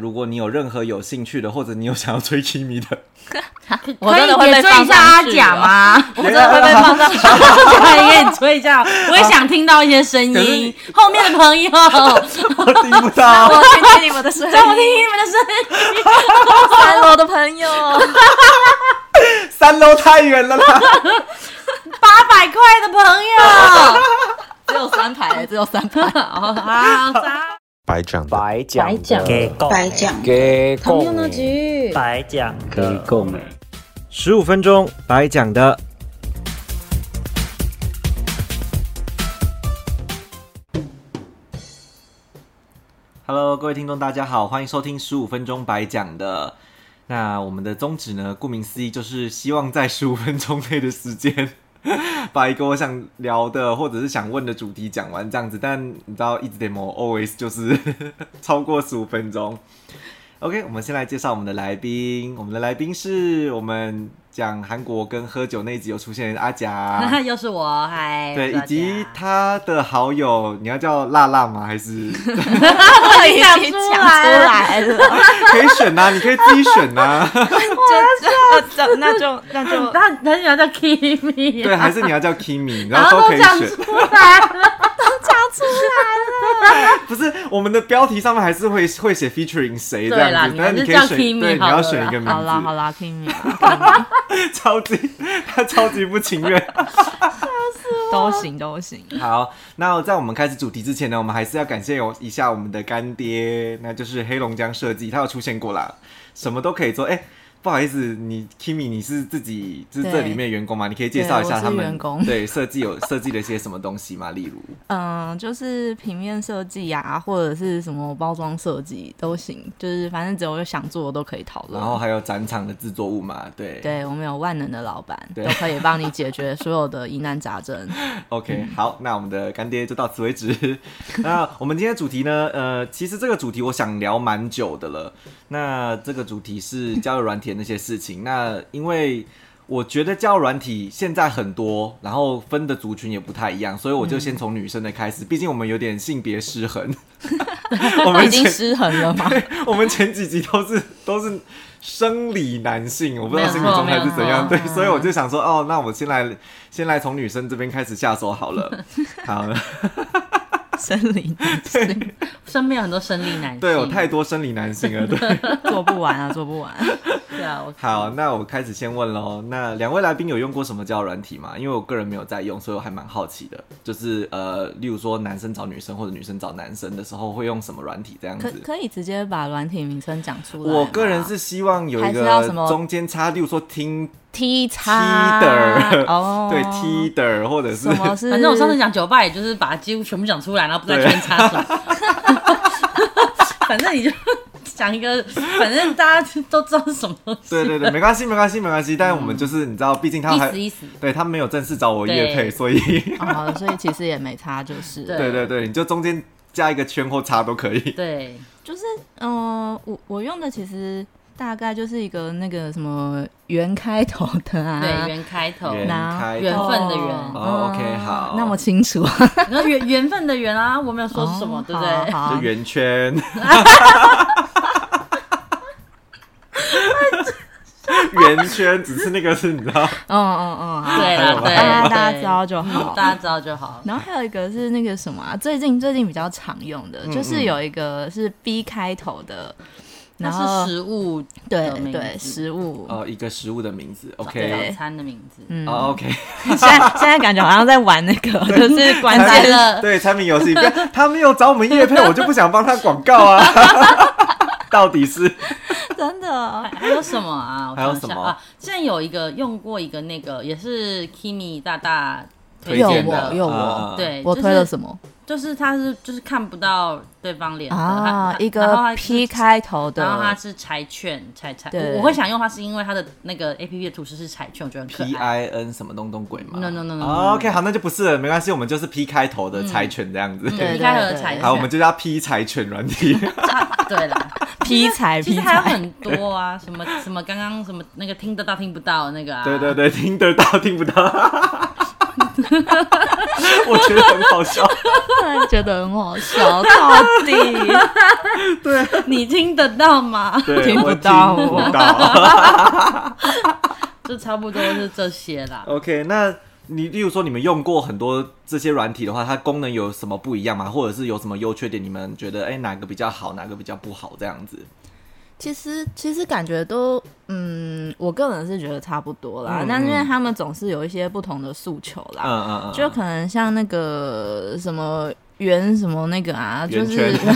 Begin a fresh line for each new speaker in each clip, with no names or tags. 如果你有任何有兴趣的，或者你有想要追 Kimi 的，
我
可以
真的会
也
被
追
放
一下阿
上去
甲
了。
吗？
我真的会被放上去，
对，也追一下，我也想听到一些声
可是你
音。后面的朋友，让
我听不到。
我听听你们的声音，
我听听你们的声音。
三楼的朋友，
三楼太远了啦，
八百块的朋友，
只有三排，只有三排。
好渣，
白讲的
白讲
白讲
给够
白讲，
给
朋
够
友那局，
白讲给够没？
十五分钟白讲的。Hello，各位听众，大家好，欢迎收听十五分钟白讲的。那我们的宗旨呢，顾名思义，就是希望在十五分钟内的时间， 把一个我想聊的或者是想问的主题讲完，这样子。但你知道，一直 demo always 就是 超过十五分钟。OK，我们先来介绍我们的来宾。我们的来宾是我们讲韩国跟喝酒那一集有出现的阿贾，
又是我，嗨，
对，
我
以
是
及
阿甲
他的好友，你要叫辣辣吗？还是
我已
讲
经
出
讲
来
来了，
可以选呐、啊？你可以自己选呐、啊。
就就那就那就
他很喜欢叫 Kimi，
对，还是你要叫 Kimi，然
然
后
后
都
都
可以
讲
选。
出来了，
不是，我们的标题上面还是会会写 featuring 谁这
对啦，
样子，
你还
但
是
你可
叫
以选，对，
Kimi
你
好了啦
要选一个名字。
好啦好啦 ，Kimi，
超级他超级不情愿。
都行都行。
好，那在我们开始主题之前呢，我们还是要感谢有一下我们的干爹，那就是黑龙江设计，他有出现过啦，什么都可以做。哎、不好意思，你 Kimi 你是自己就是这
对
里面的员工吗？你可以介绍一下
对我是
他们
员工
对设计有设计了一些什么东西吗？例如，
嗯，就是平面设计啊，或者是什么包装设计都行，就是反正只有想做的都可以讨
然后
论。
还有展场的制作物嘛，对
对我们有万能的老板，
对
都可以帮你解决所有的疑难杂 症。嗯
OK，好，那我们的干爹就到此为止。 那我们今天的主题呢？呃，其实这个主题我想聊蛮久的了。那这个主题是交友软体的那些事情。那因为我觉得交友软体现在很多，然后分的族群也不太一样，所以我就
嗯
先从女生的开始。毕竟我们有点性别失 衡， 我们
已经
前
失衡了吗？
我们前几集都是都是生理男性，我不知道
没
心
有错
理状态是怎样。
没
对
有，错
所以我就想说，哦，那我先来先来从女生这边开始下手好 了。好，
生理
身边有很多生理男性，
对有太多生理男性了。对，
做不完啊，做不 完。
对啊，我
好，那我开始先问喽。那两位来宾有用过什么交友软体吗？因为我个人没有在用，所以我还蛮好奇的。就是呃，例如说男生找女生或者女生找男生的时候，会用什么软体这样
可
子？
可以直接把软体名称讲出来吗。
我个人是希望有一
还是要
个
什么
中间差，例如说听
T 叉
Tinder，
哦，
对 Tinder 或者是
什么是？
反正我上次讲酒吧，也就是把几乎全部讲出来，然后不再
对
圈插出来。反正你就讲一个，反正大家都知道是什么东西，
对对对，没关系，没关系，没关系。但我们就是你知道，毕竟他
意
还
思意思。
对他没有正式找我乐配，
对
所以
哦，所以其实也没差，就是
对
对对对，你就中间加一个圈或叉都可以。
对，
就是嗯、呃我我用的其实大概就是一个那个什么圆开头的啊，
对，缘开头，
缘
那
开
缘
头
分的缘
哦
哦，OK，好
那么清楚，啊
你说缘缘分的缘啊，我没有说是什么，对不对？
哦好好
就圆圈，圆圈只是那个是你知道，
嗯嗯嗯，好
对啦，对，
大家
对
大家知道就好。
大家知道就好。
然后还有一个是那个什么、啊，最近最近比较常用
嗯
的，就是有一个是 B 开头的，然
那
后
是食物
对
的名
对
字
食物，
哦，一个食物的名字
对
，OK，
早餐的名字，
嗯，
哦，OK，
现在现在感觉好像在玩 那个，就是关
来
键
了
对，产品游戏，不要他没有找我们乐配，我就不想帮他广告啊， 到底是
真的
还有什么啊？我
还有
想一下
什么
啊？现在有一个用过一个那个，也是 Kimi 大大推
推荐
荐
的，
的，
有我有我
啊，
对，
我
就是
推了什么
就是他是就是看不到对方脸的
啊
他？
一
然后
个
他
P
是
开头的，
然后它是柴犬，柴柴，
对
我我会想用它是因为它的那个 A P P 的图示是柴犬，我觉得很
P
可爱。
I N 什么东东鬼吗
No, no, no, no, no,
o k 好，那就不是了，没关系，我们就是 P 开头的柴犬这样子。
嗯对
离开了柴犬，
好， 我们就叫 P 柴犬软体。
啊对了，
劈柴
其
劈
实还有
柴，
很多啊，什么什么刚刚什么那个听得到听不到那个啊，
对对对，听得到听不到？ 我觉得很好笑。
突然觉得很好笑，到底。
你听得到吗？
对，
听不
我
到
听不
我
到。
就差不多是这些啦。
OK，那你例如说你们用过很多这些软体的话，它功能有什么不一样吗？或者是有什么优缺点？你们觉得哎、哪个比较好，哪个比较不好这样子？
其实其实感觉都，嗯，我个人是觉得差不多啦。
嗯
但是因为他们总是有一些不同的诉求啦，
嗯嗯嗯，
就可能像那个什么圆什么那个啊，就
圆
是
圈。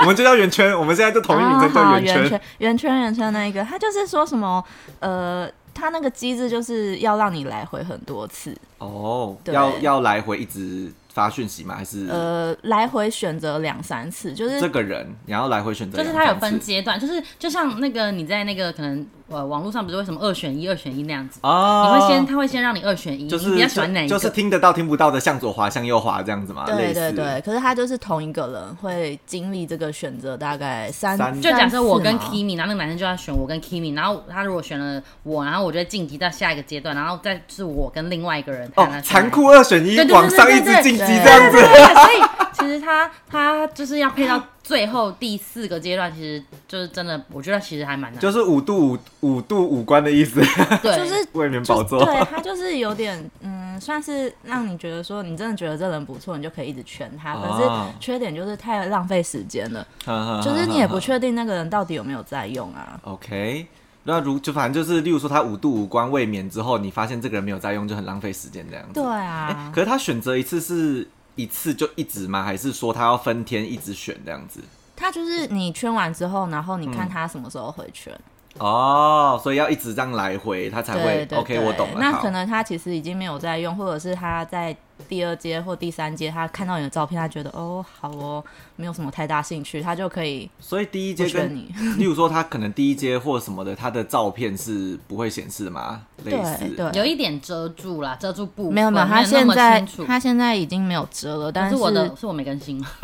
我们就叫圆圈， 我们现在就统一名
啊
称叫
好
圆圈。
圈圆圈圆圈那一个，他就是说什么呃。他那个机制就是要让你来回很多次，
哦，
对
要要来回一直发讯息吗？还是、
呃，来回选择两三次，就是
这个人你要来回选择
就是
两三次？
它有分阶段，就是就像那个你在那个可能呃网络上不是为什么二选一二选一那样子，
哦，
你会先它会先让你二选一，
就是
你比较喜欢哪一
就
个？
是听得到听不到的向左滑向右滑这样子嘛，
对
类
对
似
对，可是他就是同一个人会经历这个选择大概三，
三
就假设我跟
三次嘛
Kimi，然后那个男生就要选我跟 Kimi，然后他如果选了我，然后我就会晋级到下一个阶段，然后再是我跟另外一个人。
哦，残酷二选一
对对，对
往上一直
对对对
晋级
对
这样子。
对，所以其实他他就是要配到最后第四个阶段，其实就是真的，我觉得其实还蛮难的，
就是五度五五度五关的意思，
对，
就是
卫冕
就
宝
是
座。
对他就是有点嗯，算是让你觉得说你真的觉得这人不错，你就可以一直圈他。可
哦嗯
是缺点就是太浪费时间了，就
就是
你也不确定那个人到底有没有在用啊。
OK。那如就反正就是，例如说他五度五关卫冕之后，你发现这个人没有在用，就很浪费时间这样子。
对
哎
啊，
可是他选择一次是一次就一直吗？还是说他要分天一直选这样子？
他就是你圈完之后，然后你
嗯
看他什么时候回圈，
哦，所以要一直这样来回，他才
对
会
对
OK。
对
我懂了。
那
好
可能他其实已经没有在用，或者是他在第二阶或第三阶，他看到你的照片，他觉得哦好哦，没有什么太大兴趣，他就可以
所以第一
不
阶
选
跟
你。
例如说他可能第一阶或什么的，他的照片是不会显示的吗？类似
对对
有一点遮住啦，遮住部分
没有没有，
没
他
有那
现
么
在
清楚。
他现在已经没有折了，但
是我的，是我没更新，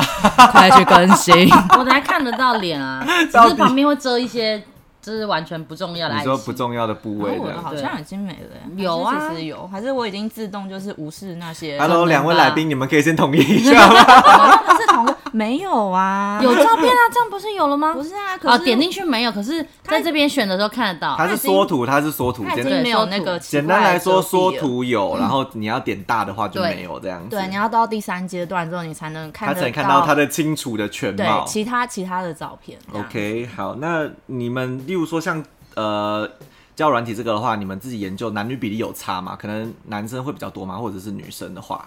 快去更 新。
我才看得到脸啊，只是旁边会遮一些，就是完全不重要的爱
你
情。
说不重要的部位
我
这
的
样。
好像已经没了耶，
有啊
还是其实有，还是我已经自动就是无视那些。
Hello，
可能吧
两位来宾，你们可以先统一一下吗？
是同个没有啊？
有照片啊，这样不是有了吗？
不是啊？可
哦，
是
点进去没有，可是在这边选的时候看得到。
它是缩图，它是缩图。
他已
简
经
单
没有那个奇怪
简
的
单来说，
遮蔽
缩
了。
图有，然后你要点大的话就
对
没有这样子。
对，你要到第三阶段之后，你才能看
他
得
才能看到它的清楚的全
对
貌。
其他其他的照片。这样
OK，好，那你们例如说像呃交友软体这个的话，你们自己研究男女比例有差吗？可能男生会比较多吗？或者是女生的话？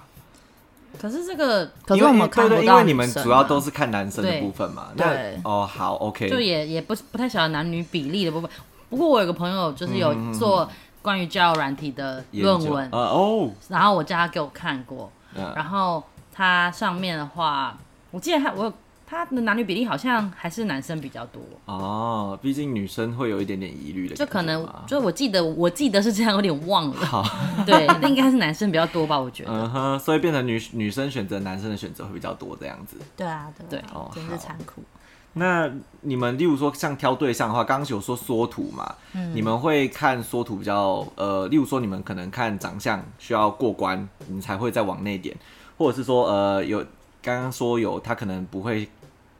可是这个
可是
因为
我们看
对
不
对，因
到
为你们
女生
主要
啊
都是看男生的
对
部分嘛。那
对
哦，好，OK，
就也也不不太晓得男女比例的部分。不过我有个朋友就是
嗯
有做关于交友软体的
研
论
究
文，
呃哦，
然后我叫他给我看过，
嗯
然后它上面的话，我记得他我有他的男女比例好像还是男生比较多。
哦，毕竟女生会有一点点疑虑的感觉
就
嘛，
可能，就我记得，我记得是这样，有点忘了。
好，
对，那应该是男生比较多吧，我觉得。
嗯哼，所以变成女女生选择男生的选择会比较多这样子。
对啊，
对
对
哦
啊，真是
好
残酷。
那你们例如说像挑对象的话，刚刚有说缩图嘛，你们会看缩图比较呃，例如说你们可能看长相需要过关，你才会再往内点，或者是说呃有刚刚说有他可能不会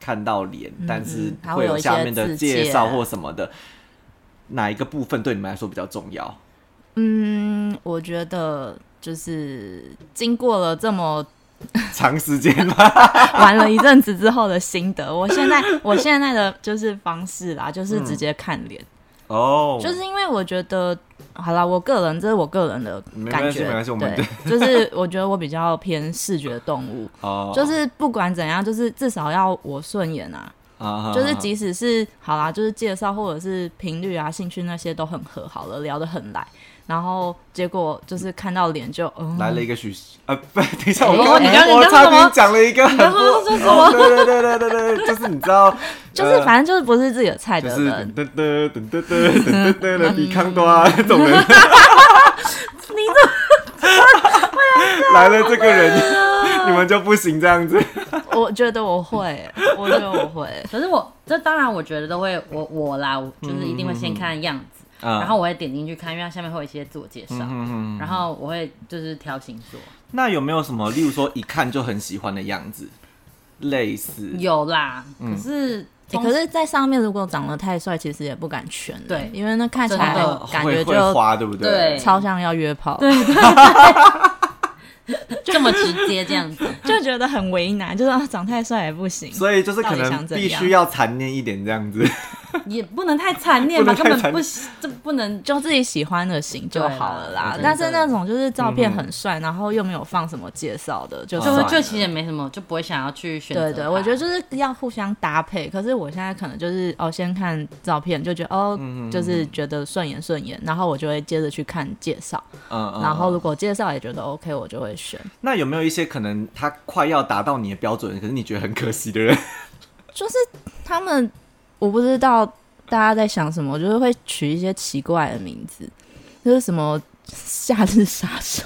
看到脸，但是
还
会
会有
有
一
下
些
面的
字
介
介
绍或什么的，哪一个部分对你们来说比较重要？
嗯，我觉得就是经过了这么
长时间吗？
玩了一阵子之后的心得，我 现在我现在的就是方式啦，就是直接看脸，
嗯哦，
就是因为我觉得，好啦，我个人这是我个人的
没
感
关系
觉，
没关系我们
对，就是我觉得我比较偏视觉动物，
哦，
就是不管怎样，就是至少要我顺眼啊，
啊
就是
几。
即使是好啦，就是介绍或者是频率啊、兴趣那些都很合好了，聊得很来，然后结果就是看到脸就嗯，
来了一个许呃，不，等一下，我
哎
刚刚
你刚刚
我
你刚
差
刚什
点
么
讲了一个很
刚
不，
刚说什
哦对对对对对对，就是你知道，
就是
呃
反正就是不是自己的菜
就
的
是
人
噔，噔噔噔噔噔噔噔噔的比康多啊这种人，你怎么来了这个人，你们就不行这样子，
我觉得我会，我觉得我会。
可是我这当然，我觉得都会，我我啦，我就是一定会先看样子。
嗯
然后我会点进去看，因为它下面会有一些自我介绍，
嗯嗯嗯
然后我会就是挑星座，
那有没有什么，例如说一看就很喜欢的样子，类似？
有啦，
嗯
可是
欸 可是，在上面如果长得太帅，其实也不敢选、欸
对
因为那看起来
真的
感
会
觉
会
就
花，对不对？
对
超像要约炮，
这么直接这样子，
就觉得很为难，就是、啊、长太帅也不行。
所以就是可
到底
能
想怎
必
样
须要残念一点这样子。
也不能太残念 吧，
不能太
根本
残
不行，这不能
就自己喜欢的型就好了啦
对啦，
但是那种就是照片很帅，然后又没有放什么介绍
嗯
的，就
哦
就
算
会
了
就其实也没什么，就不会想要去选择它。
对对，我觉得就是要互相搭配。可是我现在可能就是哦，先看照片就觉得
嗯
哦，就是觉得顺眼顺眼，然后我就会接着去看介绍，
嗯嗯。
然后
嗯
如果介绍也觉得 OK，我就会选。
那有没有一些可能他快要达到你的标准，可是你觉得很可惜的人？
就是他们，我不知道大家在想什么，就是会取一些奇怪的名字，就是什么夏日杀 手，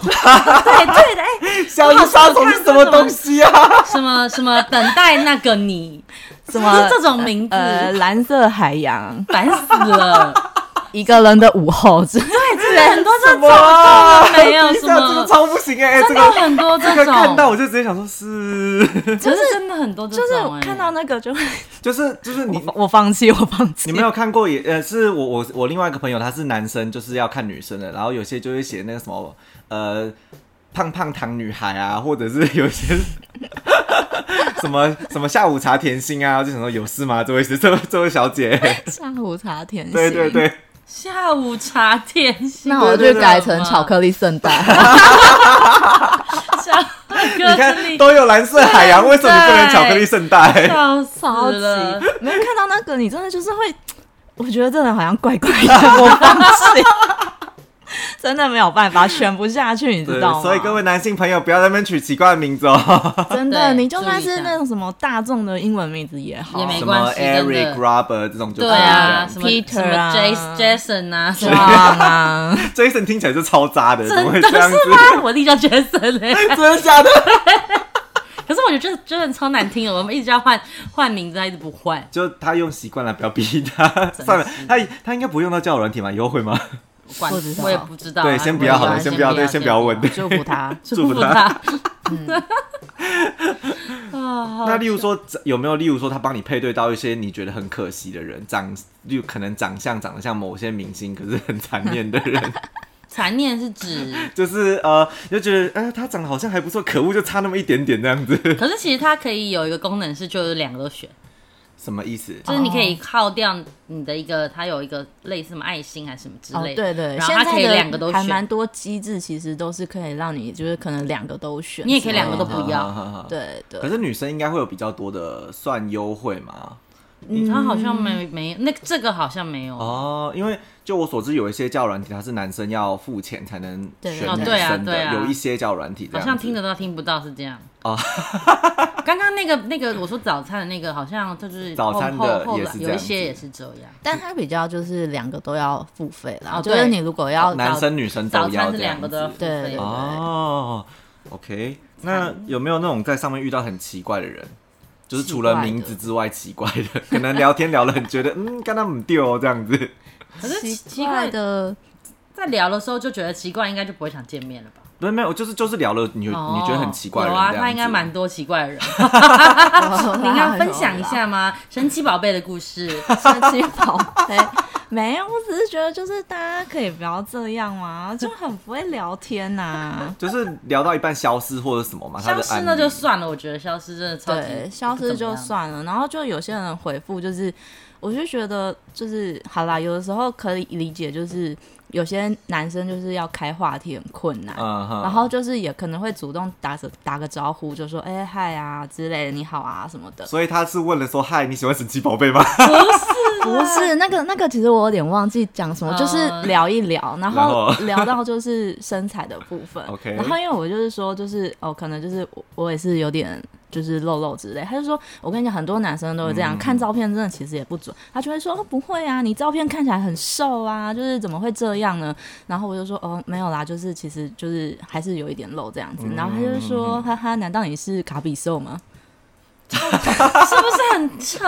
夏日杀手是什么东西啊？
什么什么等待那个你，
什么
是 这种名字，
呃蓝色海洋，
烦死了。
一个人的午后之类
对，很多这
什么啊？
没有
这
什
样这个
么，
超不行哎，这
真的
个
很多这
这个看到
种，
我就直接想说是，
就是真的很多这
就
种欸，
是看到那个就会，
就是就是你
我放弃，我放弃。
你没有看过也呃，是我我我另外一个朋友，他是男生，就是要看女生的，然后有些就会写那个什么呃胖胖糖女孩啊，或者是 有些什么什么下午茶甜心啊，就想说有事吗？这位这位这位小 姐，
下午茶甜心？
对对对，
下午茶点心，
那我
对对
就
对
改成巧克力圣代，
下
你
克
看
力，
都有蓝色海
啊
洋，为什么不能巧克力圣代？
笑死
超级
了。
没有看到那个，你真的就是会，我觉得这人好像怪怪 的，我放弃， 真的没有办法，选不下去，你知
对
道吗？
所以各位男性朋友不要在那边取奇怪的名字哦，
真的，
对
你就算
注意一
是
下
那种什么大众的英文名字也好，
也没
什么
关系真的
Eric Robert 这种就不
对
是这
啊，
样
什么
Peter
什么
啊
Jace- Jason 啊，什
对
么
啊，
Jason 听起来就超渣的，怎么会这
真的
样子？
是吗？啊我弟叫 Jason 嘞、
真的假的？
可是我觉得 Jason- Jason 超难听的，我们一直要换换名字，他一直不换，
就他用习惯了，不要逼 他。
是
算了，他他应该不用到交友软体嘛？以后会 吗？
我管
不知道
我也不知道啊。
对先不要好了
我也
先不
不
要
要，
对先不 要问
祝福他。
祝
祝
福
福
他
他。
嗯
啊，
那例如说，有没有例如说他帮你配对到一些你觉得很可惜的人，长就可能长相长得像某些明星，可是很残念的 人，
残念是指，
就是呃，就觉得哎、他长得好像还不错，可恶，就差那么一点点这样子，
可是其实它可以有一个功能是，就是两个都选，
什么意思？
就是你可以耗掉你的一个，它有一个类似什么爱心还是什么之
哦，
类的，
对对，
然后
现
它
在
可以
的
两个都
还蛮
选，
多机制，其实都是可以让你就是可能两个都选之类的，
你也可以两个都不要
嗯嗯嗯嗯
对对，
可是女生应该会有比较多的算优惠嘛？
嗯
它好像没没那个这个好像没有，
哦，因为就我所知，有一些交友软体它是男生要付钱才能选女
对哦
生的，
对啊对啊
有一些交友软体这
好
样
像
子
听得到听不到是这样。
哦，
刚刚那个那个我说早餐的那个好像就是
早
后
餐
后
的
后
也
来
是这样子
有一些也是这样，
但它比较就是两个都要付费啦，
哦
就是
对
你如果要
男
早
生女生都
早
要
餐
这
是
样
两个
子
都要付
对对
费
对
的。
哦，OK，那有没有那种在上面遇到很奇怪的人？就是除了名字之外奇怪的， 可能聊天聊了很觉得嗯，跟他们丢哦这样子，
可是奇
奇
奇
怪
怪
的，
在聊的时候就觉得奇怪，应该就不会想见面了吧？
没有没有，就是就是聊了你、你觉得很奇怪的
有
人
啊，
这样
他应该
子
蛮多奇 怪的人。
你
你要分享一下吗？神奇宝贝的故事，
神奇宝贝。 没有，我只是觉得就是大家可以不要这样嘛，就很不会聊天呐、
就是聊到一半消失或者什么嘛， 他
消
的
失
案
那
例
就算了，我觉得消失真的超
对，
级
消失就。算了。然后就有些人回复就是，我就觉得就是好啦，有的时候可以理解，就是有些男生就是要开话题很困难，
嗯哼，
然后就是也可能会主动打着打个招呼，就说哎、嗨啊之类的，你好啊什么的。
所以他是问了说嗨，你喜欢神奇宝贝吗？
不是那个那个，其实我有点忘记讲什么，
啊嗯
就是聊一聊，然
然
后
后
聊到就是身材的部分。
OK
然后因为我就是说，就是哦，可能就是我我也是有点就是肉肉之类。他就说，我跟你讲，很多男生都会这样，
嗯
看照片真的其实也不准。他就会说，哦，不会啊，你照片看起来很瘦啊，就是怎么会这样呢？然后我就说，哦，没有啦，就是其实
嗯
就是还是有一点肉这样子。然后他就说，哈哈，难道你是卡比兽吗？
是不是很 扯？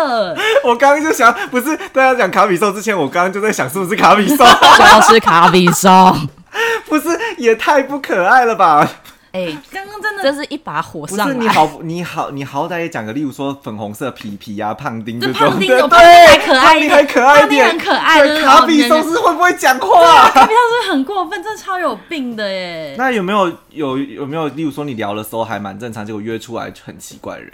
我刚刚就想，不是大家讲卡比兽之前，我刚刚就在想是不是卡比兽，
就是卡比兽，
不是也太不可爱了吧？
哎、
刚刚真的
真是一把火
不
上
是你
来。
好，你好，你好歹也讲个，例如说粉红色皮皮呀、胖丁
这
种的，
胖丁有胖丁还
对，
可爱
胖
一
丁
点
还可爱一点，
胖丁很可爱
对，
就是
卡比兽
老年人
是会不会讲话？
卡比兽是很过分，真的超有病的耶！
那有没有有有没有，例如说你聊的时候还蛮正常，结果约出来很奇怪的人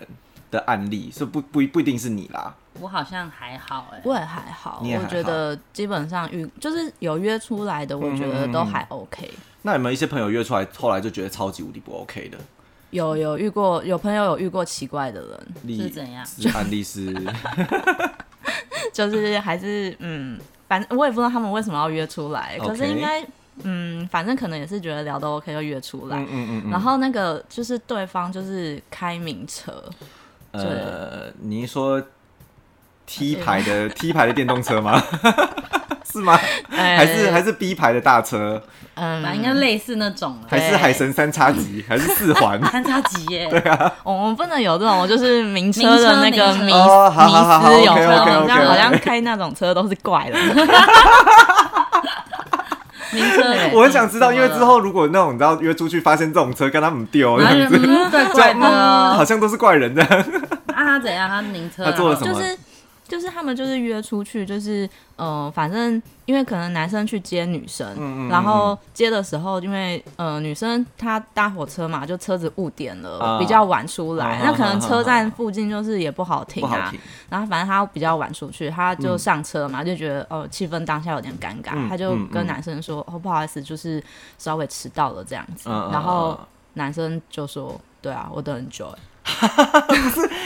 的案例，所以不不不一定是你啦。
我好像还好哎，
嗯
我也还好，
你也还
我
好
觉得基本上遇就是有约出来的，我觉得都
嗯
还 OK。
那有没有一些朋友约出来，后来就觉得超级无敌不 OK 的？
有有遇过，有朋友有遇过奇怪的人，
例
是怎样
是案例是
就是还是嗯，反正我也不知道他们为什么要约出来
OK
可是应该嗯，反正可能也是觉得聊得 OK 就约出来。
嗯嗯嗯
然后那个就是对方就是开名车，
嗯，呃，你是说
哎
T 牌的 T 牌的电动车吗？ 是吗？
哎
还
还是还是 B 牌的大车？
哎嗯，
反正应该类似那种了
还。是海神三叉戟？还是四 环？
三叉戟耶，
啊
我们不能有这种就是名车的那个迷
名车名
迷
车
哦好好好好
思有时
OK，OK，OK，OK
候好像好像开那种车都是怪人，
名车。
我很想知道，因为之后如果那种你知道约出去发现这种车跟他们丢，
然
这
后
样
就
子
嗯，怪
这
怪
样
的
嗯
哦。
好像都是怪人的。
啊，他怎样？他名车啊
他做了什么
就是就是他们就是约出去，就是呃，反正因为可能男生去接女生，
嗯嗯
然后接的时候，因为呃女生她搭火车嘛，就车子误点了，
啊
比较晚出来，
啊
那可能车
啊啊
站附近就是也不好 停
不好
啊，
听，
然后反正他比较晚出去，他就上车嘛，就觉得哦气氛当下有点尴尬，
嗯
他就
嗯
跟
嗯
男生说、哦不好意思，就是稍微迟到了这样子，
嗯嗯
然后
嗯
男生就说对啊，我等很久欸，
嗯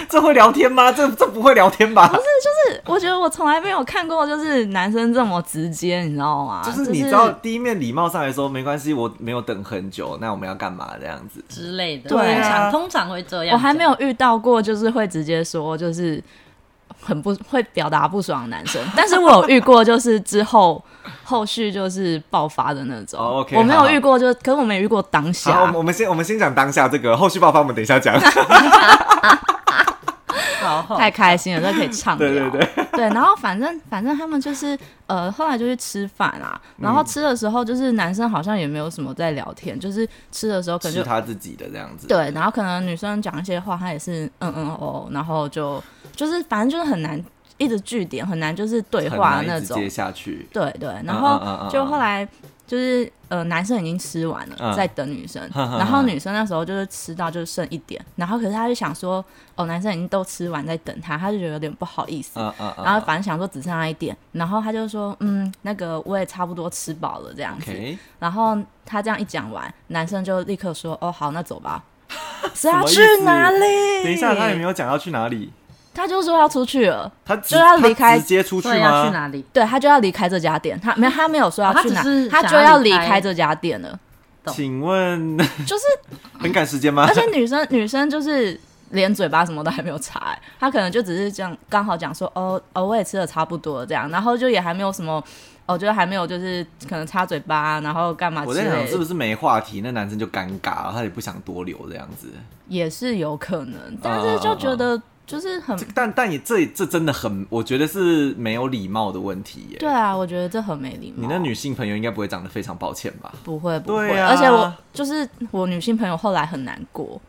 这会聊天吗？这这不会聊天吧？
是我觉得我从来没有看过就是男生这么直接，你知道吗？
就是你知道，第一面礼貌上来说没关系，我没有等很久，那我们要干嘛这样子？
之类的，
对
通
啊
常通常会这样。
我还没有遇到过就是会直接说就是。很不会表达不爽的男生，但是我有遇过，就是之后后续就是爆发的那种。
哦，OK，
我没有
好
遇过就，可是我没遇过当下。
好，我们我们先我们先讲当下这个，后续爆发我们等一下 讲。
好好，
太开心了，这可以畅聊。
对对对，
对然后反正反正他们就是呃，后来就去吃饭啊，然
嗯
后吃的时候就是男生好像也没有什么在聊天，就是吃的时候可能
是
就。
他自己的这样子。
对，然后可能女生讲一些话，他也是嗯嗯哦哦，然后就就是反正就是很难一直据点，很难就是对
很
话
难
那
一直
种。
接下去。
对对，
嗯
然
嗯嗯
后
嗯
就后来就是呃，男生已经吃完了，
嗯
在等女生，
哼哼
然后女生那时候就是吃到就剩一点，然后可是他就想说，哦，男生已经都吃完在等他，他就觉得有点不好意思。
嗯嗯嗯。
然后反正想说只剩下一点，然后他就说，嗯，那个我也差不多吃饱了这样子。
OK，
然后他这样一讲完，男生就立刻说，哦，好，那走吧。是要
么意
去
思
哪里？
等一下，他也没有讲要去哪里，
他就说要出去了，
他直
就要离
他
开
直接出去
所以要
吗？
去哪里？
对他就要离开这家店，他没有他没有说要
哦他
去
只
哪，
是
他
想
就
要
要
离
离
开
开这家店了。
走
请问
就是，
很赶时间吗
而？且女生女生就是连嘴巴什么都还没有擦、欸，她可能就只是这样刚好讲说，哦哦，我也吃的差不多了这样，然后就也还没有什么，哦我觉得还没有就是可能擦嘴巴，啊然后干嘛 之
我
类
在想
的，
是不是没话题，那男生就尴尬了，他也不想多留这样子。
也是有可能，但是就觉得就是很。
但但也这这真的很，我觉得是没有礼貌的问题耶。
对啊，我觉得这很没礼貌。
你那女性朋友应该不会长得非常抱歉吧？
不会不会，
对啊
而且我就是我女性朋友后来很难过，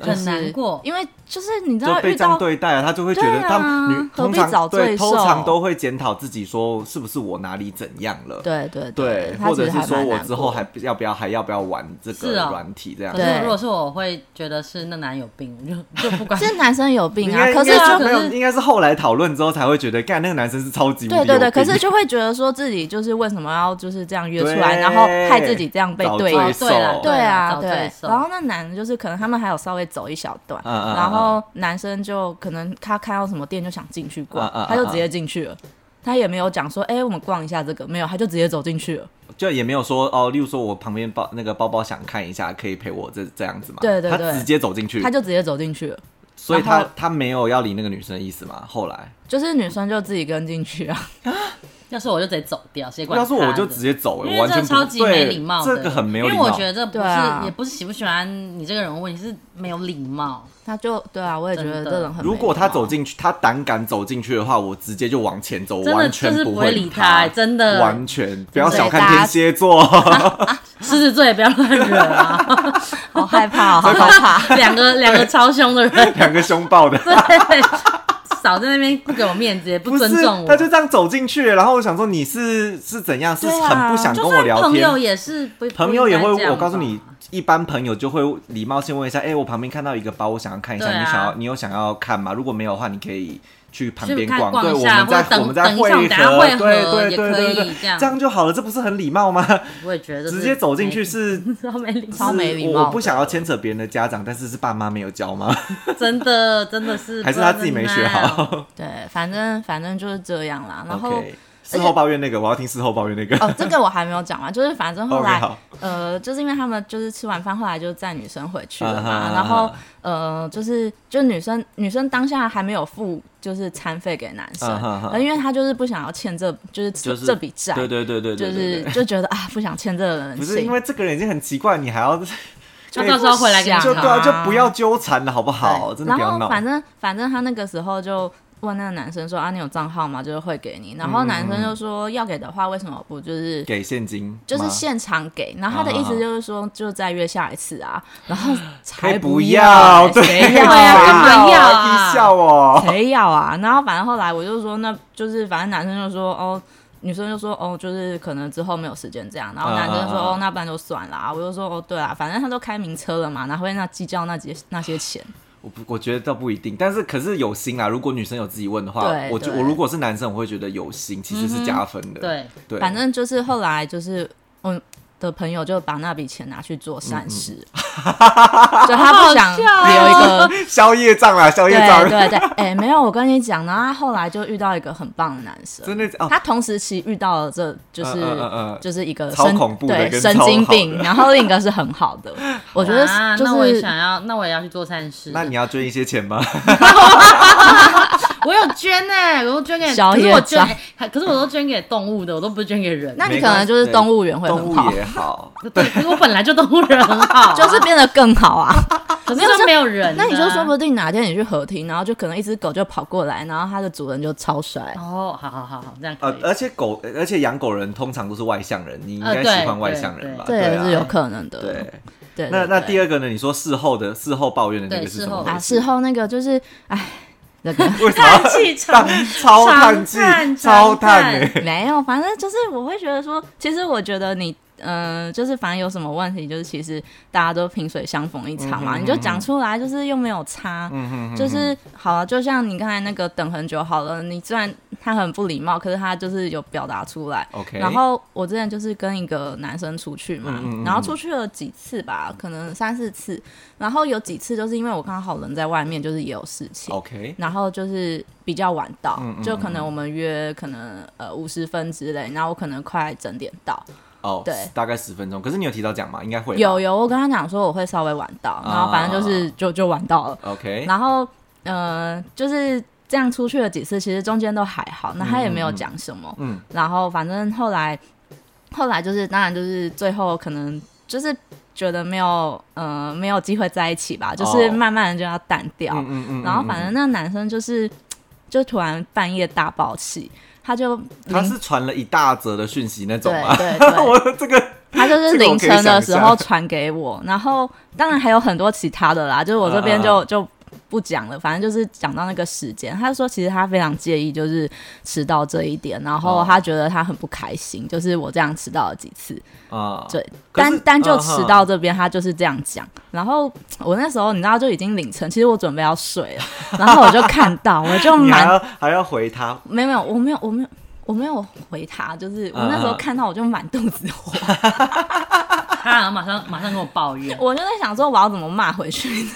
就是
很难过
因为就是你知
就
道
被
遇
这样
到
对待啊，他就会觉得
对啊
他们女
何
通
必
常
找罪
对
受
通常都会检讨自己说是不是我哪里怎样了，
对对
对，
他
或
其
者
实
是
还
说
蛮
我
难
之后
过啊
还要不要还要不要玩这
是
个
哦
软体这样
可
子。
是
对
如果是我，我会觉得是那男有病， 我就就不管。
是男生有病
应
啊，
该
可是
应该
就
没
可
有
是
应该是后来讨论之后才会觉得，干那个男生是超级无敌
对对对，
有
可
病
是就会觉得说自己就是为什么要就是这样约出来，
对
然后害自己这样被
找
对
罪
待。
受
哦对啦
对啊，
找罪
对。
受
然后那男的就是可能他们还有稍微走一小段，
嗯嗯嗯
然后男生就可能他看到什么店就想进去逛，
嗯嗯嗯
他就直接进去了。他也没有讲说，哎、我们逛一下这个，没有，他就直接走进去了。
就也没有说哦，例如说我旁边包那个包包想看一下，可以陪我这这样子嘛？
对对
他
对
直接走进去
他，就直接走进去了，
所以
然后
他他没有要理那个女生的意思嘛？后来
就是女生就自己跟进去啊。
要是我就直接走掉，谁管？
要是我就直。接走、欸，
因
我完
为这
全
个
不
超级没
对
礼貌
这
的，
个很没有礼
因
貌。
为我觉得这不是、
对啊
也不是喜不喜欢你这个人的问题，是没有礼貌。
他就对啊，我也觉得
真的
这种很没
如果他
礼貌
走进去，他胆敢走进去的话，我直接就往前走，
真的
完全
就是
不
不会理他
理
真的
完全不要
所以
小看
大家
天蝎座，
狮子座也不要乱惹啊，
好害怕哦，好害怕。
两个两个超凶的人，
两个凶暴的。
对，少在那边不给我面子，也不
不
尊
是
重，我
他。就这样走进去，然后我想说你是是怎样，是
对啊
很不想跟
就
我
算
聊
朋
天
友。也是不，
朋友也会，
不应该这样
我
吧
告诉你，，一般朋友就会礼貌性问一下，哎、我旁边看到一个包，我想要看一下，
对啊
你想要，你有想要看吗？如果没有的话，你可以去旁边
去看
对，
逛
我
一下
们在
或者等
我们在
等一下我们等下
合，
汇合
对对
也
对
可
对
以
对，
这样
就好了，这不是很礼貌吗？
我也觉得
直接走进去，是
超没 礼
超
貌，
没礼貌
我我不
的
想要牵扯别人的家长，但是是爸妈没有教吗？
真的真的是
还是他自己没学 好
对，反正反正就是这样啦。然后
？OK，事后抱怨那个，我要听事后抱怨那个。
哦，这个我还没有讲完，就是反正后
OK，
来
好
呃，就是因为他们就是吃完饭，后来就载女生回去了
啊
嘛。
哈
然后呃，就是就女生女生当下还没有付就是餐费给男生，
啊哈哈
呃因为他就是不想要欠这就是这
就是
这笔债，
对对对对
就
对
是
对对，
就觉得啊不想欠这个人
不是
情
因。为这个人已经很奇怪，你还 要
那到时候回来给你
想
就对啊，
看
就不要纠缠了，好不好？真的
然
不要
后
闹。
反正反正他那个时候就问那个男生说啊，你有账号吗？就是会给你。然后男生就说、要给的话，为什么不就是？
嗯给啊现金，
就是
吗
现场给，然后他的意思就是说，就再约下一次啊，然后才
哎不
要
要，
欸，
对，
谁
谁
要
啊干嘛要
啊
啊
低笑哦。
谁要啊？然后反正后来我就说，那就是反正男生就说哦，女生就说哦，就是可能之后没有时间这样。然后男生就说、
嗯嗯嗯
哦，那不然就算啦。我就说哦，对啊，反正他都开名车了嘛，哪会那计较那些那些钱？
我不，我觉得倒不一定，但是可是有心啊。如果女生有自己问的话，
对
我就
对嗯
我如果是男生，我会觉得有心其实是加分的。
对，
对，
反正就是后来就是我的朋友就把那笔钱拿去做善事，
嗯
就他不想
哦
留一个。
哦 宵夜账啦，宵夜
对
账，
对对， 哎、没有，我跟你讲，然后他后来就遇到一个很棒的男生，
真的 哦，
他同时期遇到了这就是、
嗯嗯嗯嗯
就是一个
超
神
恐怖的
对
跟
神
超
经
好的
病，然后另一个是很好 的，我觉得
啊
就
那我也
是。
想要，那我也要去做善事。
那你要捐一些钱吗？
我有捐哎、我都捐给，
宵
可
夜
是我捐
账，
哎可是我都捐给动物的，我都不是捐给人。
那你
没
可
关
能
系
就是
对
动物园会
动
很
物
好，
也好，
对，可是我本来就动物人很好啊，
就是变得更好 啊。
可是就没有人啊。
那你就说不定哪天你去合体，然后就可能一只狗就跑过来，然后它的主人就超帅。
哦，好好好好，这样可
呃
以，。
而且狗，而且养狗人通常都是外向人，你应该
呃对
喜欢外向人吧？
这也
啊
是有可能的。
对。
对，
那那第
二
二个呢？你说事后的事后抱怨的那个是什么
对
回
啊，
事？
事后那个就是，哎，那个
为什么
气
要
场
超叹气
长叹，
超
长叹
叹哎！
没有，反正就是我会觉得说，其实我觉得你，嗯、就是反正有什么问题，就是其实大家都萍水相逢一
嗯
场嘛，你就讲出来，就是又没有差，就是好啊了。就像你刚才那个等很久好了，你虽然他很不礼貌，可是他就是有表达出来。
OK，
然后我之前就是跟一个男生出去嘛，
嗯嗯嗯
然后出去了几次吧，可能三四次，然后有几次就是因为我刚好人在外面，就是也有事情。
OK，
然后就是比较晚到，
哦嗯嗯
就可能我们约可能呃五十分之类，然后我可能快整点到。
哦，
对
大概十分钟。可是你有提到讲吗？应该会吧啊
有有，我跟他讲说我会稍微晚到，然后反正就是、就就晚到了。
OK，
然后呃就是这样出去了几次，其实中间都还好，那他也没有讲什么。
嗯
然后反正后来后来就是当然就是最后可能就是。觉得没有，呃，没有机会在一起吧，就是
哦
慢慢的就要淡掉。
嗯嗯嗯，
然后反正那个男生就是，就突然半夜大爆气，他就
嗯他
凌
是传了一大则的讯息那种
对
吗？
对对，
我这个
他就是
这个我
凌
可以
晨的
想
时候
象
传给我，然后当然还有很多其他 的啦，就是我这边就
嗯
就。不讲了，反正就是讲到那个时间，他说其实他非常介意就是迟到这一点，然后
哦
他觉得他很不开心，就是我这样迟到了几次，
啊，
对，
可是
单单就
嗯哼
迟到这边，他就是这样讲。然后我那时候你知道就已经凌晨，其实我准备要睡了，然后我就看到，我就
你还
蛮
要还要回他，
没有没有，我没有我没有我没有回他，就是我那时候
嗯嗯
看到我就满肚子火，
他好像马上马上跟我抱怨，
我就在想说我要怎么骂回去呢？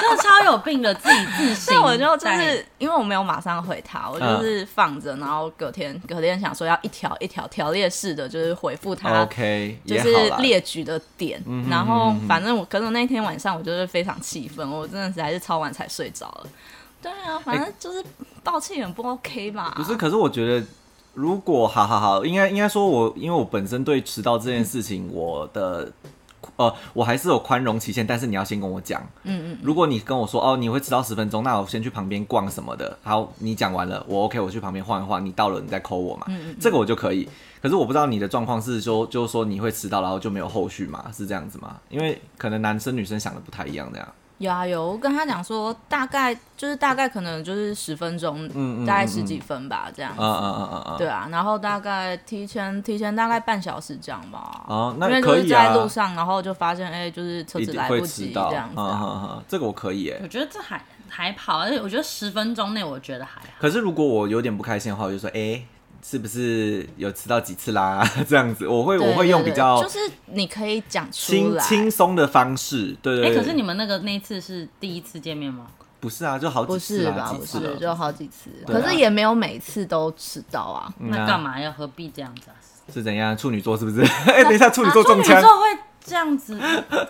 真的超有病的，自己自省。
那我就就是因为我没有马上回他，我
嗯
就是放着，然后隔天隔天想说要一条一条条列式的，就是回复他。
OK，
就
也
是
好啦嗯
列举的点，然后反正我，可是我那天晚上我就是非常气愤，我真的是还是超晚才
哎
睡着了。对啊，反正就是暴气很不 OK 吧？
不是，可是我觉得如果好好好，应该应该说我，因为我本身对迟到这件事情，我的呃，我还是有宽容期限，但是你要先跟我讲。
嗯嗯，
如果你跟我说哦，你会迟到十分钟，那我先去旁边逛什么的。好，你讲完了，我 OK，我去旁边晃一晃。你到了，你再扣我
嗯
嘛，这个我就可以。可是我不知道你的状况是说，就是说你会迟到，然后就没有后续嘛？是这样子吗？因为可能男生女生想的不太一样，这样。
有啊有，我跟他讲说大概就是大概可能就是十分钟，
嗯嗯
大概
嗯
十
嗯
几分吧，这样子。
嗯嗯嗯嗯嗯。
对啊，然后大概提前提前大概半小时这样吧。
哦那
因为就
可
是
以
在
啊
路上，然后就发现哎、就是车
一
子
定
来
会
不
迟
及
到，
这样子、
嗯
啊。
嗯嗯，这个我可以耶
我。觉得这还还好，而且我觉得十分钟内我觉得还好。
可是如果我有点不开心的话，我就说，哎、是不是有迟到几次啦？ 这样子，我会
对
我会用
对
比
对
较
就是你可以讲出
轻
来，
轻松的方式，对对
哎、
对。
可是你们那个那一次是第一次见面吗？
不是啊，就好几
不
次
是
啦
吧？
几
不
次啊
是，
了
就好几次，
对啊
可是也没有每次都迟到 啊。
嗯
那
啊
干嘛要何必这样子啊？
是怎样？处女座是不是？ 哎、等一下，处女座中
啊
枪。
处女座会这 样子，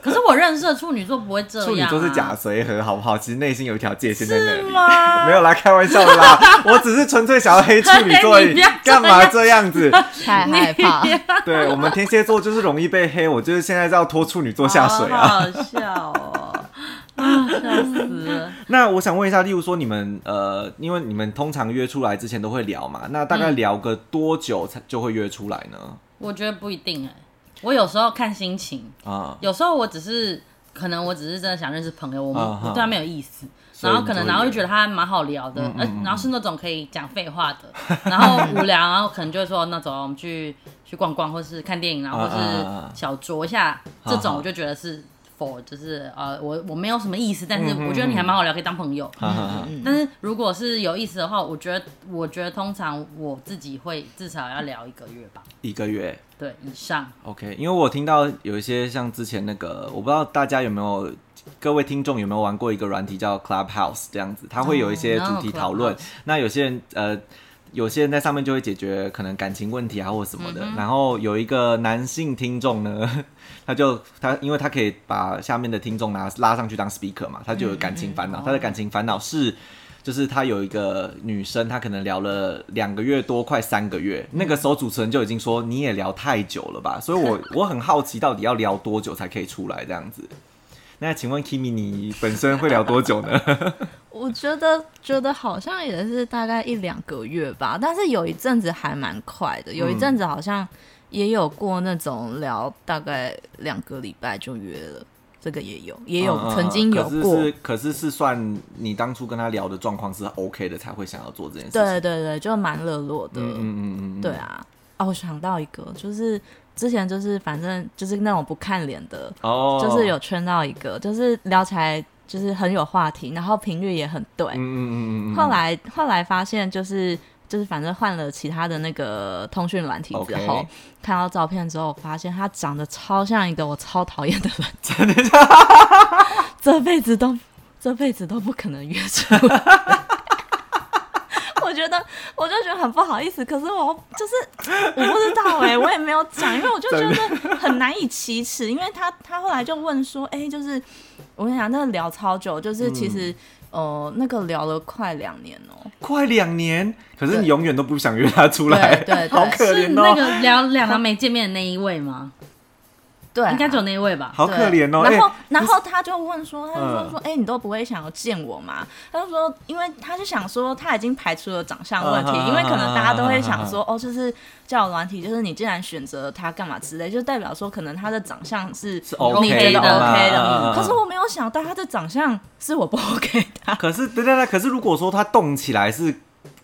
可是我认识的处女座不会这样、啊。
处女座是假随和，好不好？其实内心有一条界限在那
是
里。
吗？
没有啦，开玩笑的啦，我只是纯粹想要黑处女座而
你
已
不要，这
干
样
嘛这样子？
太害怕，
对我们天蝎座就是容易被黑，我就是现在是要拖处女座 下水啊。
好好笑哦，啊，笑死了。
那我想问一下，例如说你们呃，因为你们通常约出来之前都会聊嘛，那大概聊个多久才就会约出来呢？
我觉得不一定哎、我有时候看心情，
啊、
有时候我只是可能我只是真的想认识朋友，我们、
啊哈
我对他没有意思，
所以
然后
你
可能
就会嗯
然后就
约
觉得他蛮好聊的，呃、然后是那种可以讲废话 的，然后无聊，然后可能就会说那走啊，我们去去逛逛，或是看电影，然后或是
啊啊啊
小酌一下，
好
这种
好
我就觉得是。for 就是呃，我我没有什么意思，但是
嗯嗯啊
我觉得你还蛮好聊，可以当朋友。嗯
哈哈哈
但是如果是有意思的话，我觉得，我觉得通常我自己会至少要聊一个月吧，
一个月。
对，以上。
OK，因为我听到有一些像之前那个，我不知道大家有没有，各位听众有没有玩过一个软体叫 Clubhouse 这样子，它会有一些
哦
主题讨论。
Clubhouse
那有些人呃，有些人在上面就会解决可能感情问题啊或什么的。
嗯
然后有一个男性听众呢， 他就他因为他可以把下面的听众拿拉上去当 speaker 嘛，他就有感情
嗯哦
烦恼。他的感情烦恼是。就是他有一个女生，她可能聊了两个月多，快三个月。那个时候主持人就已经说你也聊太久了吧，所以我 我很好奇到底要聊多久才可以出来这样子。那请问 Kimi 你本身会聊多久呢？
我觉得觉得好像也是大概一两个月吧，但是有一阵子还蛮快的，有一阵子好像也有过那种聊大概两个礼拜就约了，这个也有， 也有、
嗯嗯嗯
曾经有过
可是。是可是是算你当初跟他聊的状况是 OK 的，才会想要做这件事情。
对对对，就蛮热络的。
嗯，嗯嗯嗯嗯，
对啊，哦，我想到一个，就是之前就是反正就是那种不看脸的，
哦，
就是有圈到一个，就是聊起来就是很有话题，然后频率也很对。
嗯嗯嗯嗯嗯，
后来后来发现就是。就是反正换了其他的那个通讯软体之后
OK
看到照片之后，我发现他长得超像一个我超讨厌的人， 真的， 这辈子都这辈子都不可能约出来。 我觉得我就觉得很不好意思，可是我就是我不知道哎、我也没有讲，因为我就觉得很难以启齿，因为他他后来就问说，哎、就是我跟你讲，那个聊超久，就是其
嗯
实、呃那个聊了快两年哦、
快两年，可是你永远都不想约他出来，
对对对
好可
是
怜
那
哦，
个聊两个没见面的那一位吗？
对啊、
应该只有那一位吧。
好可怜哦。
然后，
哎
然后他就问说，他就说
嗯
说，哎、你都不会想要见我吗？他就说，因为他就想说，他已经排除了长相问题，
嗯嗯嗯嗯
因为可能大家都会想说，哦，就是交友软体，就是你既然选择他干嘛之类，就代表说可能他的长相
嗯
是
是
你觉
OK
得
的啦
OK
嗯嗯嗯
的。可是我没有想到他的长相是我不 OK 的，
可是，对对对，可是如果说他动起来是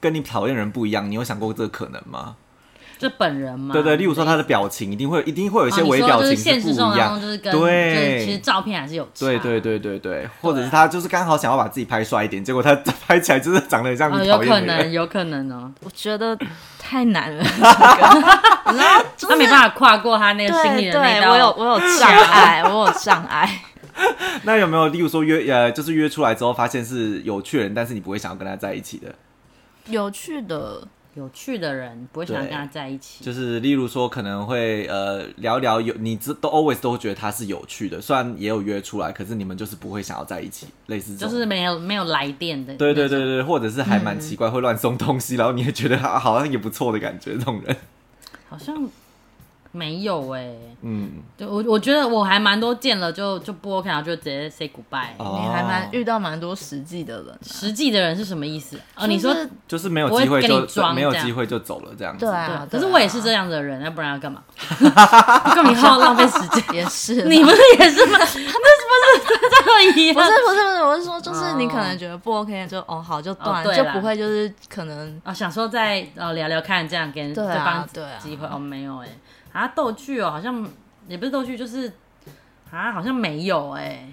跟你讨厌人不一样，你有想过这个可能吗？
就本人嘛。
对对，例如说他的表情一定会一定会有一
哦
些
你
微
说
表
就
情
是现
不
实生
一
活当
样
中，就是跟就是其
对。
实照片还是有差。
对对对对
啊
对，或者是他就是刚好想要把自己拍帅一点，结果他拍起来就是长得很像
哦，
你
有
讨
可
厌的
能，
人。
有可能哦。
我觉得太难了。这个
他没办法跨过他那个心里
对
的那
对，我有
道。
我有障碍，我有障碍。
那有没有例如说约呃，就是约出来之后发现是有趣人，但是你不会想要跟他在一起的？
有趣的，
有趣的人，不会想
对
跟他在一起。
就是例如说可能会呃聊聊有你知都 always 都觉得他是有趣的，虽然也有约出来，可是你们就是不会想要在一起，类似这
就
种。
是没有没有来电的，
对对对，对，或者是还蛮
嗯
奇怪，会乱送东西，然后你也觉得啊好像也不错的感觉，这种人，
好像没有哎、
嗯，
就我我觉得我还蛮多见了就就不 OK，然后就直接 say goodbye。
哦
你还蛮遇到蛮多实际的人啊，
实际的人是什么意思？哦，你说
就是
就是没有机会
不会跟
就
你装
没有
这样
机会就走了这样子。
对啊
对，
对
可是我也是这样的人，要不然要干嘛？ 跟你耗浪费时间。
也是啦，
你不是也是 吗？那是不是这个一
不
样
是？不是不是，我是说，就是你
哦
可能觉得不 OK，就哦好就
哦
断，
对
就
啦
不会就是可能
啊，想说再呃聊聊看，这样给人
对啊
对方
对啊
机会哦，没有哎、啊逗趣哦，好像也不是逗趣，就是啊好像没有 哎、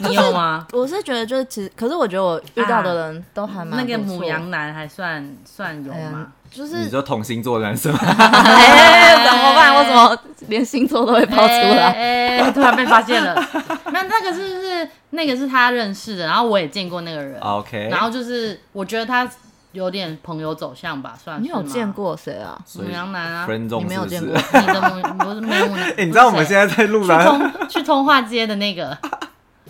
你有吗？
我是觉得就是其实，可是我觉得我遇到的人都还蛮
啊那个
不错
母羊，男还算算有
哎呀
吗？
就是
你说同星座的男生吗，
哎怎么办？我怎么连星座都会抛出来？
哎、哎突然被发现了。 那那个是是那个是他认识的，然后我也见过那个人。
哦
啊
哎
OK
然后就是我觉得他有点朋友走向吧，算是
你有
吗
见过谁啊？
所以
母羊男啊
friend zone
你没有见
是哦不
过
是？
你的母不是没有母男？
哎，你知道我们
不是
现
谁
在在录
去
哪？
通去通化街的那个，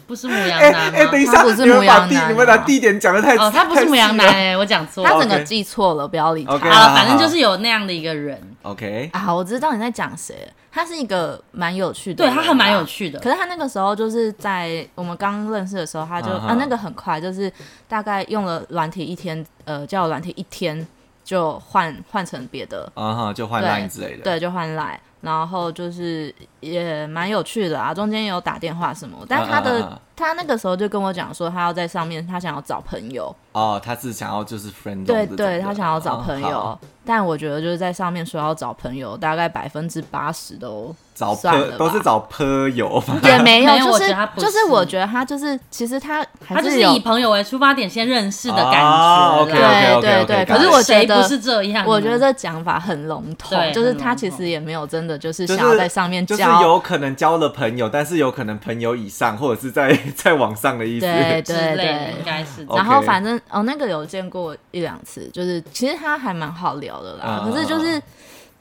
不是母羊
哎
男吗？
哎，等一下，
他不是
你们把
母羊
地
男啊
你们把地点讲的太
哦，他不是母羊男、哎，我讲错了。
他
好
整个
OK
记错了，不要理他。
OK
了，反正就是有那样的一个人，
OK，
啊，我知道你在讲谁了，他是一个蛮有趣的
对
人啊，
他还蛮有趣的。
可是他那个时候就是在我们刚认识的时候，他就
嗯哼
啊那个很快，就是大概用了软体一天，呃，叫软体一天就换换成别的，
啊哈，就换
对
line 之类的。
对，就换来，然后就是也蛮有趣的啊，中间有打电话什么，但他
嗯
的
嗯嗯嗯
他那个时候就跟我讲说，他要在上面，他想要找朋友，
哦，他是想要就是 friend，zone
对
这种
对，
的
他想要找朋友，
哦好
但我觉得就是在上面说要找朋友，大概百分之八 十都
找
算了
朋
吧
都是找朋友吧。
也没有，
没有
就
我
是
觉得他不
就是
是
我觉得他就是，其实他还
啊
他就是
有
以朋友为出发点先认识的感
哦
觉啦。
，OK，OK，OK，OK，
对对对
got it
可是我觉
谁
得
不是这样呢？
我觉得这讲法很笼统，
对
就是
很笼
他其
统
实也没有真的就是
就
想
是
要在上面
就是
交，
有可能交了朋友，但是有可能朋友以上，或者是在 在网上的意思。
对
之
对
类的
对
应。该是这
哦
样。
然后
OK
反正哦，那个有见过一两次，就是其实他还蛮好聊的啦。
嗯
可是就是，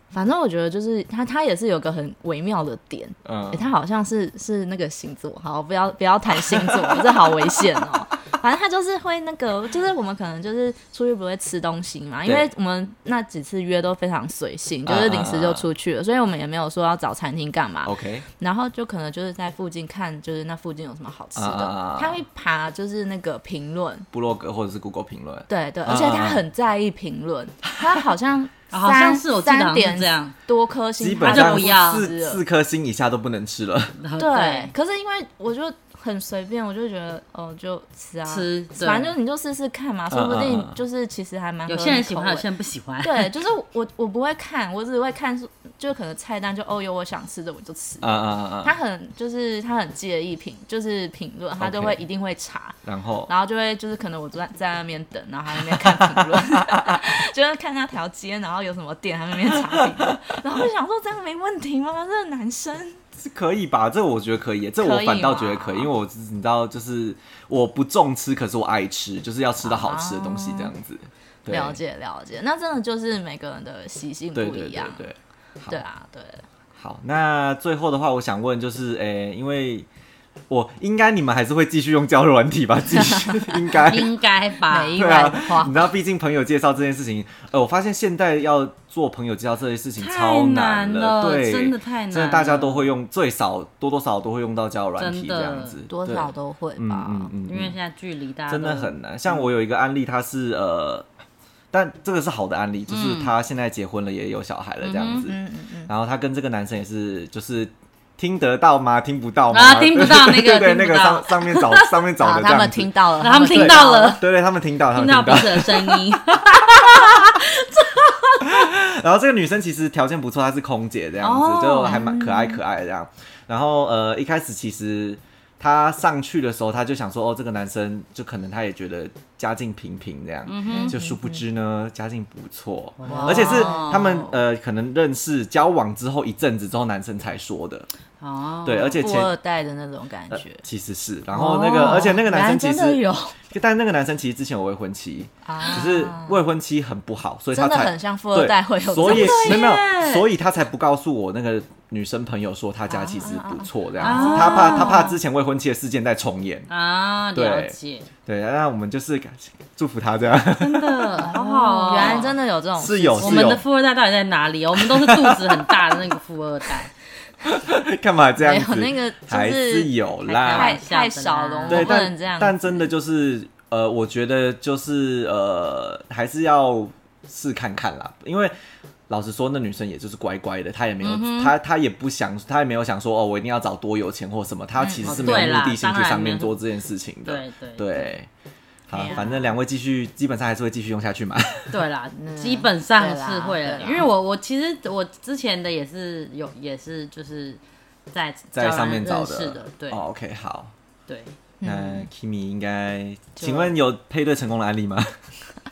反正我觉得就是他他也是有个很微妙的点，
嗯
诶，欸他好像是是那个星座，好，不要不要谈星座， 这好危险哦。反正他就是会那个，就是我们可能就是出去不会吃东西嘛，因为我们那几次约都非常随性，
啊
就是临时就出去了，所以我们也没有说要找餐厅干嘛。
OK，
然后就可能就是在附近看，就是那附近有什么好吃
啊啊啊
的，他会爬就是那个评论，
部落格或者是 Google 评论。
对对，
啊
而且
啊
他
啊
很在意评论，他好 像
啊好像
三
是我记得
三
好像
点
是这样，
多颗星，
基本
他
上
就
不要
四
吃了
四颗星以下都不能吃了，
对，可是因为我就很随便，我就觉得哦，就吃嗯啊
吃对
反正就你就试试看嘛，说不定就是其实还蛮合
有
你
些人喜欢，
口
有
味
些人不喜 欢。
对，就是我我不会看，我只会看，就可能菜单就哦有我想吃的我就吃。
啊啊啊啊！
嗯他很就是他很介意评就是评论，他就
OK
会一定会查，
然后
然后就会就是可能我在在那边等，然后他在那边看评 论，就是看那条街，然后有什么店，他在那边查评论，然后我就想说这样没问题吗？这个男生
是可以吧？这我觉得可以耶，这我
可以
反倒
吗
觉得可以，因为我你知道，就是我不重吃，可是我爱吃，就是要吃到好吃的东西这样子。对
啊了，解了解，那真的就是每个人的习性不
对对
一
对
样，
对。好
对啊对。
好，那最后的话，我想问就是，诶、因为我应该你们还是会继续用交友软体吧？继续 应该。
应该吧？
没
对
外
啊
的 话，
你知道，毕竟朋友介绍这件事情，呃，我发现现代要做朋友介绍这件事情超
难
了，对，
真的太难了，
真的大家都会用，最少多多少少都会用到交友软体
真的
这样子，
多
对
少都会
嗯
吧。
嗯嗯
因为
嗯
现在距离大家
真的
都
很难。像我有一个案例，他是呃，但这个是好的案例，就是
嗯
他现在结婚了，也有小孩了这样子，
嗯嗯嗯，
然后他跟这个男生也是，就是听得到吗？听不到吗？
啊听不到那
对 对
个
对，那
听不
个
到啊
上上面找上面找
好，
的这
他
样
们
子
听，到 了，
他们听到了，
对对，他们听到，他们
听
听
到彼
到。
此的 声音，
然后这个女生其实条件不错，她是空姐这样子，
哦
就还蛮可爱可爱的这样。然后呃，一开始其实她上去的时候，她就想说，哦，这个男生就可能她也觉得家境平平这样，
嗯
就殊不知呢，家境不错，
哦
而且是他们呃可能认识交往之后一阵子之后，男生才说的。
哦，
对，而且
富
前
二代的那种感
呃
觉。哦
其实是，然后那个，而且那个男生其
原来真的
实，
有，
但那个男生其实之前有未婚妻，
啊
只是未婚妻很不好，所以他
真的
才
很像富二代会有这种
所以没有没有，
耶
所以他才不告诉我那个女生朋友说他家其实不错这样子，
啊
他怕他怕之前未婚妻的事件再重演。
啊，了
对
解，
对，那我们就是感祝福他这样，
真的好好哦，
原来真的有这种
是有
我
是
们的
有，
富二代到底在哪里？ 我们都是肚子很大的那个富二代，
干嘛这样
没
子？
有那个就是
还是有啦
太
太，
太少了，我
对，
们不能
但
这样。
但真的就是呃，我觉得就是呃，还是要试看看啦，因为。老实说，那女生也就是乖乖的，她也没有，
嗯
她她也不想，她也没有想说哦，我一定要找多有钱或什么，她其实是没有
嗯哦对啦
目的性去
当然
上
没
面
有
做这件事情的。
对啊对
对，好
哎，呀
反正两位继续，基本上还是会继续用下去 嘛。
对啦，基本上
对啦
是会
嗯对
了，
啦
因为我我其实我之前的也是有也是就是在
在上面
交
找
人认识的，对嗯
哦，OK，好。
对，
那 Kimi 应该，请问有配对成功的案例 吗？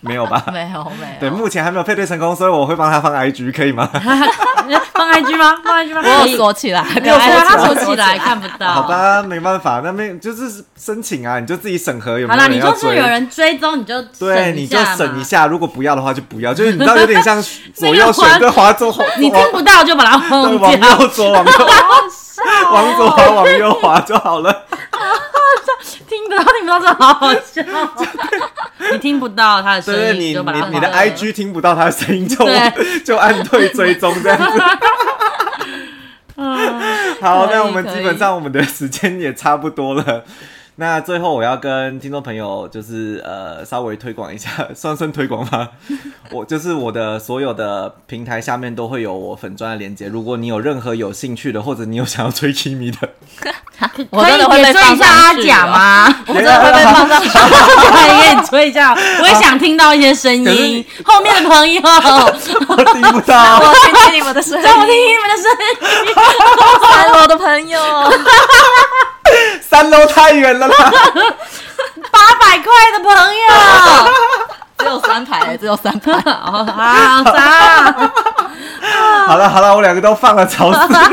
没有吧？
没有没有，
对，目前还没有配对成功，所以我会帮他放 IG，可以吗？
放 IG 吗？放 IG 吗？
哦
我有 锁起来，
有
刚才
他
有
锁起来看不到。
好，吧，没办法，那没就是申请啊，你就自己审核有没
好
有
啦，
人
你
要
就是
追。
有人追踪，你就
对，
省一
你就
下嘛
审一，下，如果不要的话就不 要，就是你知道有点像左右
那
旋
个
对滑左，滑
你听不到就把它
对
轰
往
掉。
右左往右，往左滑往右滑就好 了。
听不到，听不到，这好好笑。你听不到他的声
对对，
音，
你
就把它
你你的
放掉
IG 听不到他的声音就
对
就按退追踪这样子。好，
可以
那我们基
可
本
以
上我们的时间也差不多了。 那最后我要跟听众朋友就是呃稍微推广一下， 算算推广吗？ 我就是我的所有的平台下面都会有我粉砖的连接，如果你有任何有兴趣的，或者你有想要追 Kimi 的，
我真的会被
可以追
放
一下阿
上去
甲
哦
吗？
我真的会被
放上去，
可以给你吹一下，我也想听到一些声
可是你
音。后面的朋友，让
我听不 到。
我听听你们的声
我听
音，
你们的声音。
三楼的朋友，
三楼太远了 啦，
八百块的朋友，
只有三排，只有三排，
好好啥？
好了好了，我两个都放了，吵死了。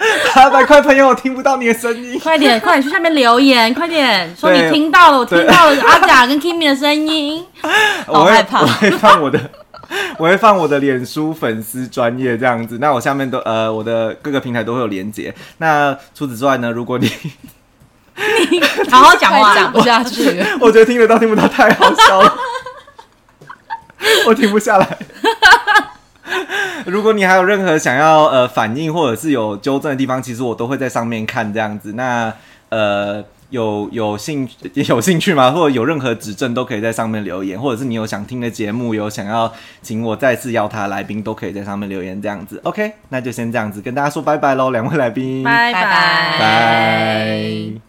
八百块朋友，我听不到你的声音。
快点，快点去下面留言，快点说
对
你听到了，我
对
听到了阿甲跟 Kimi 的声音。
我
好
会
害怕
我会放我的， 我会放我的脸书粉丝专业这样子。那我下面都呃，我的各个平台都会有连接。那除此之外呢，如果你
好好讲
快
话，
讲不下去。
我觉得听得到听不到太好笑了，我停不下来。如果你还有任何想要呃反应或者是有纠正的地方，其实我都会在上面看这样子。那呃有有兴有兴趣吗？或者有任何指正都可以在上面留言，或者是你有想听的节目，有想要请我再次邀他的来宾，都可以在上面留言这样子。OK，那就先这样子跟大家说拜拜喽，两位来宾，
拜
拜拜
拜
拜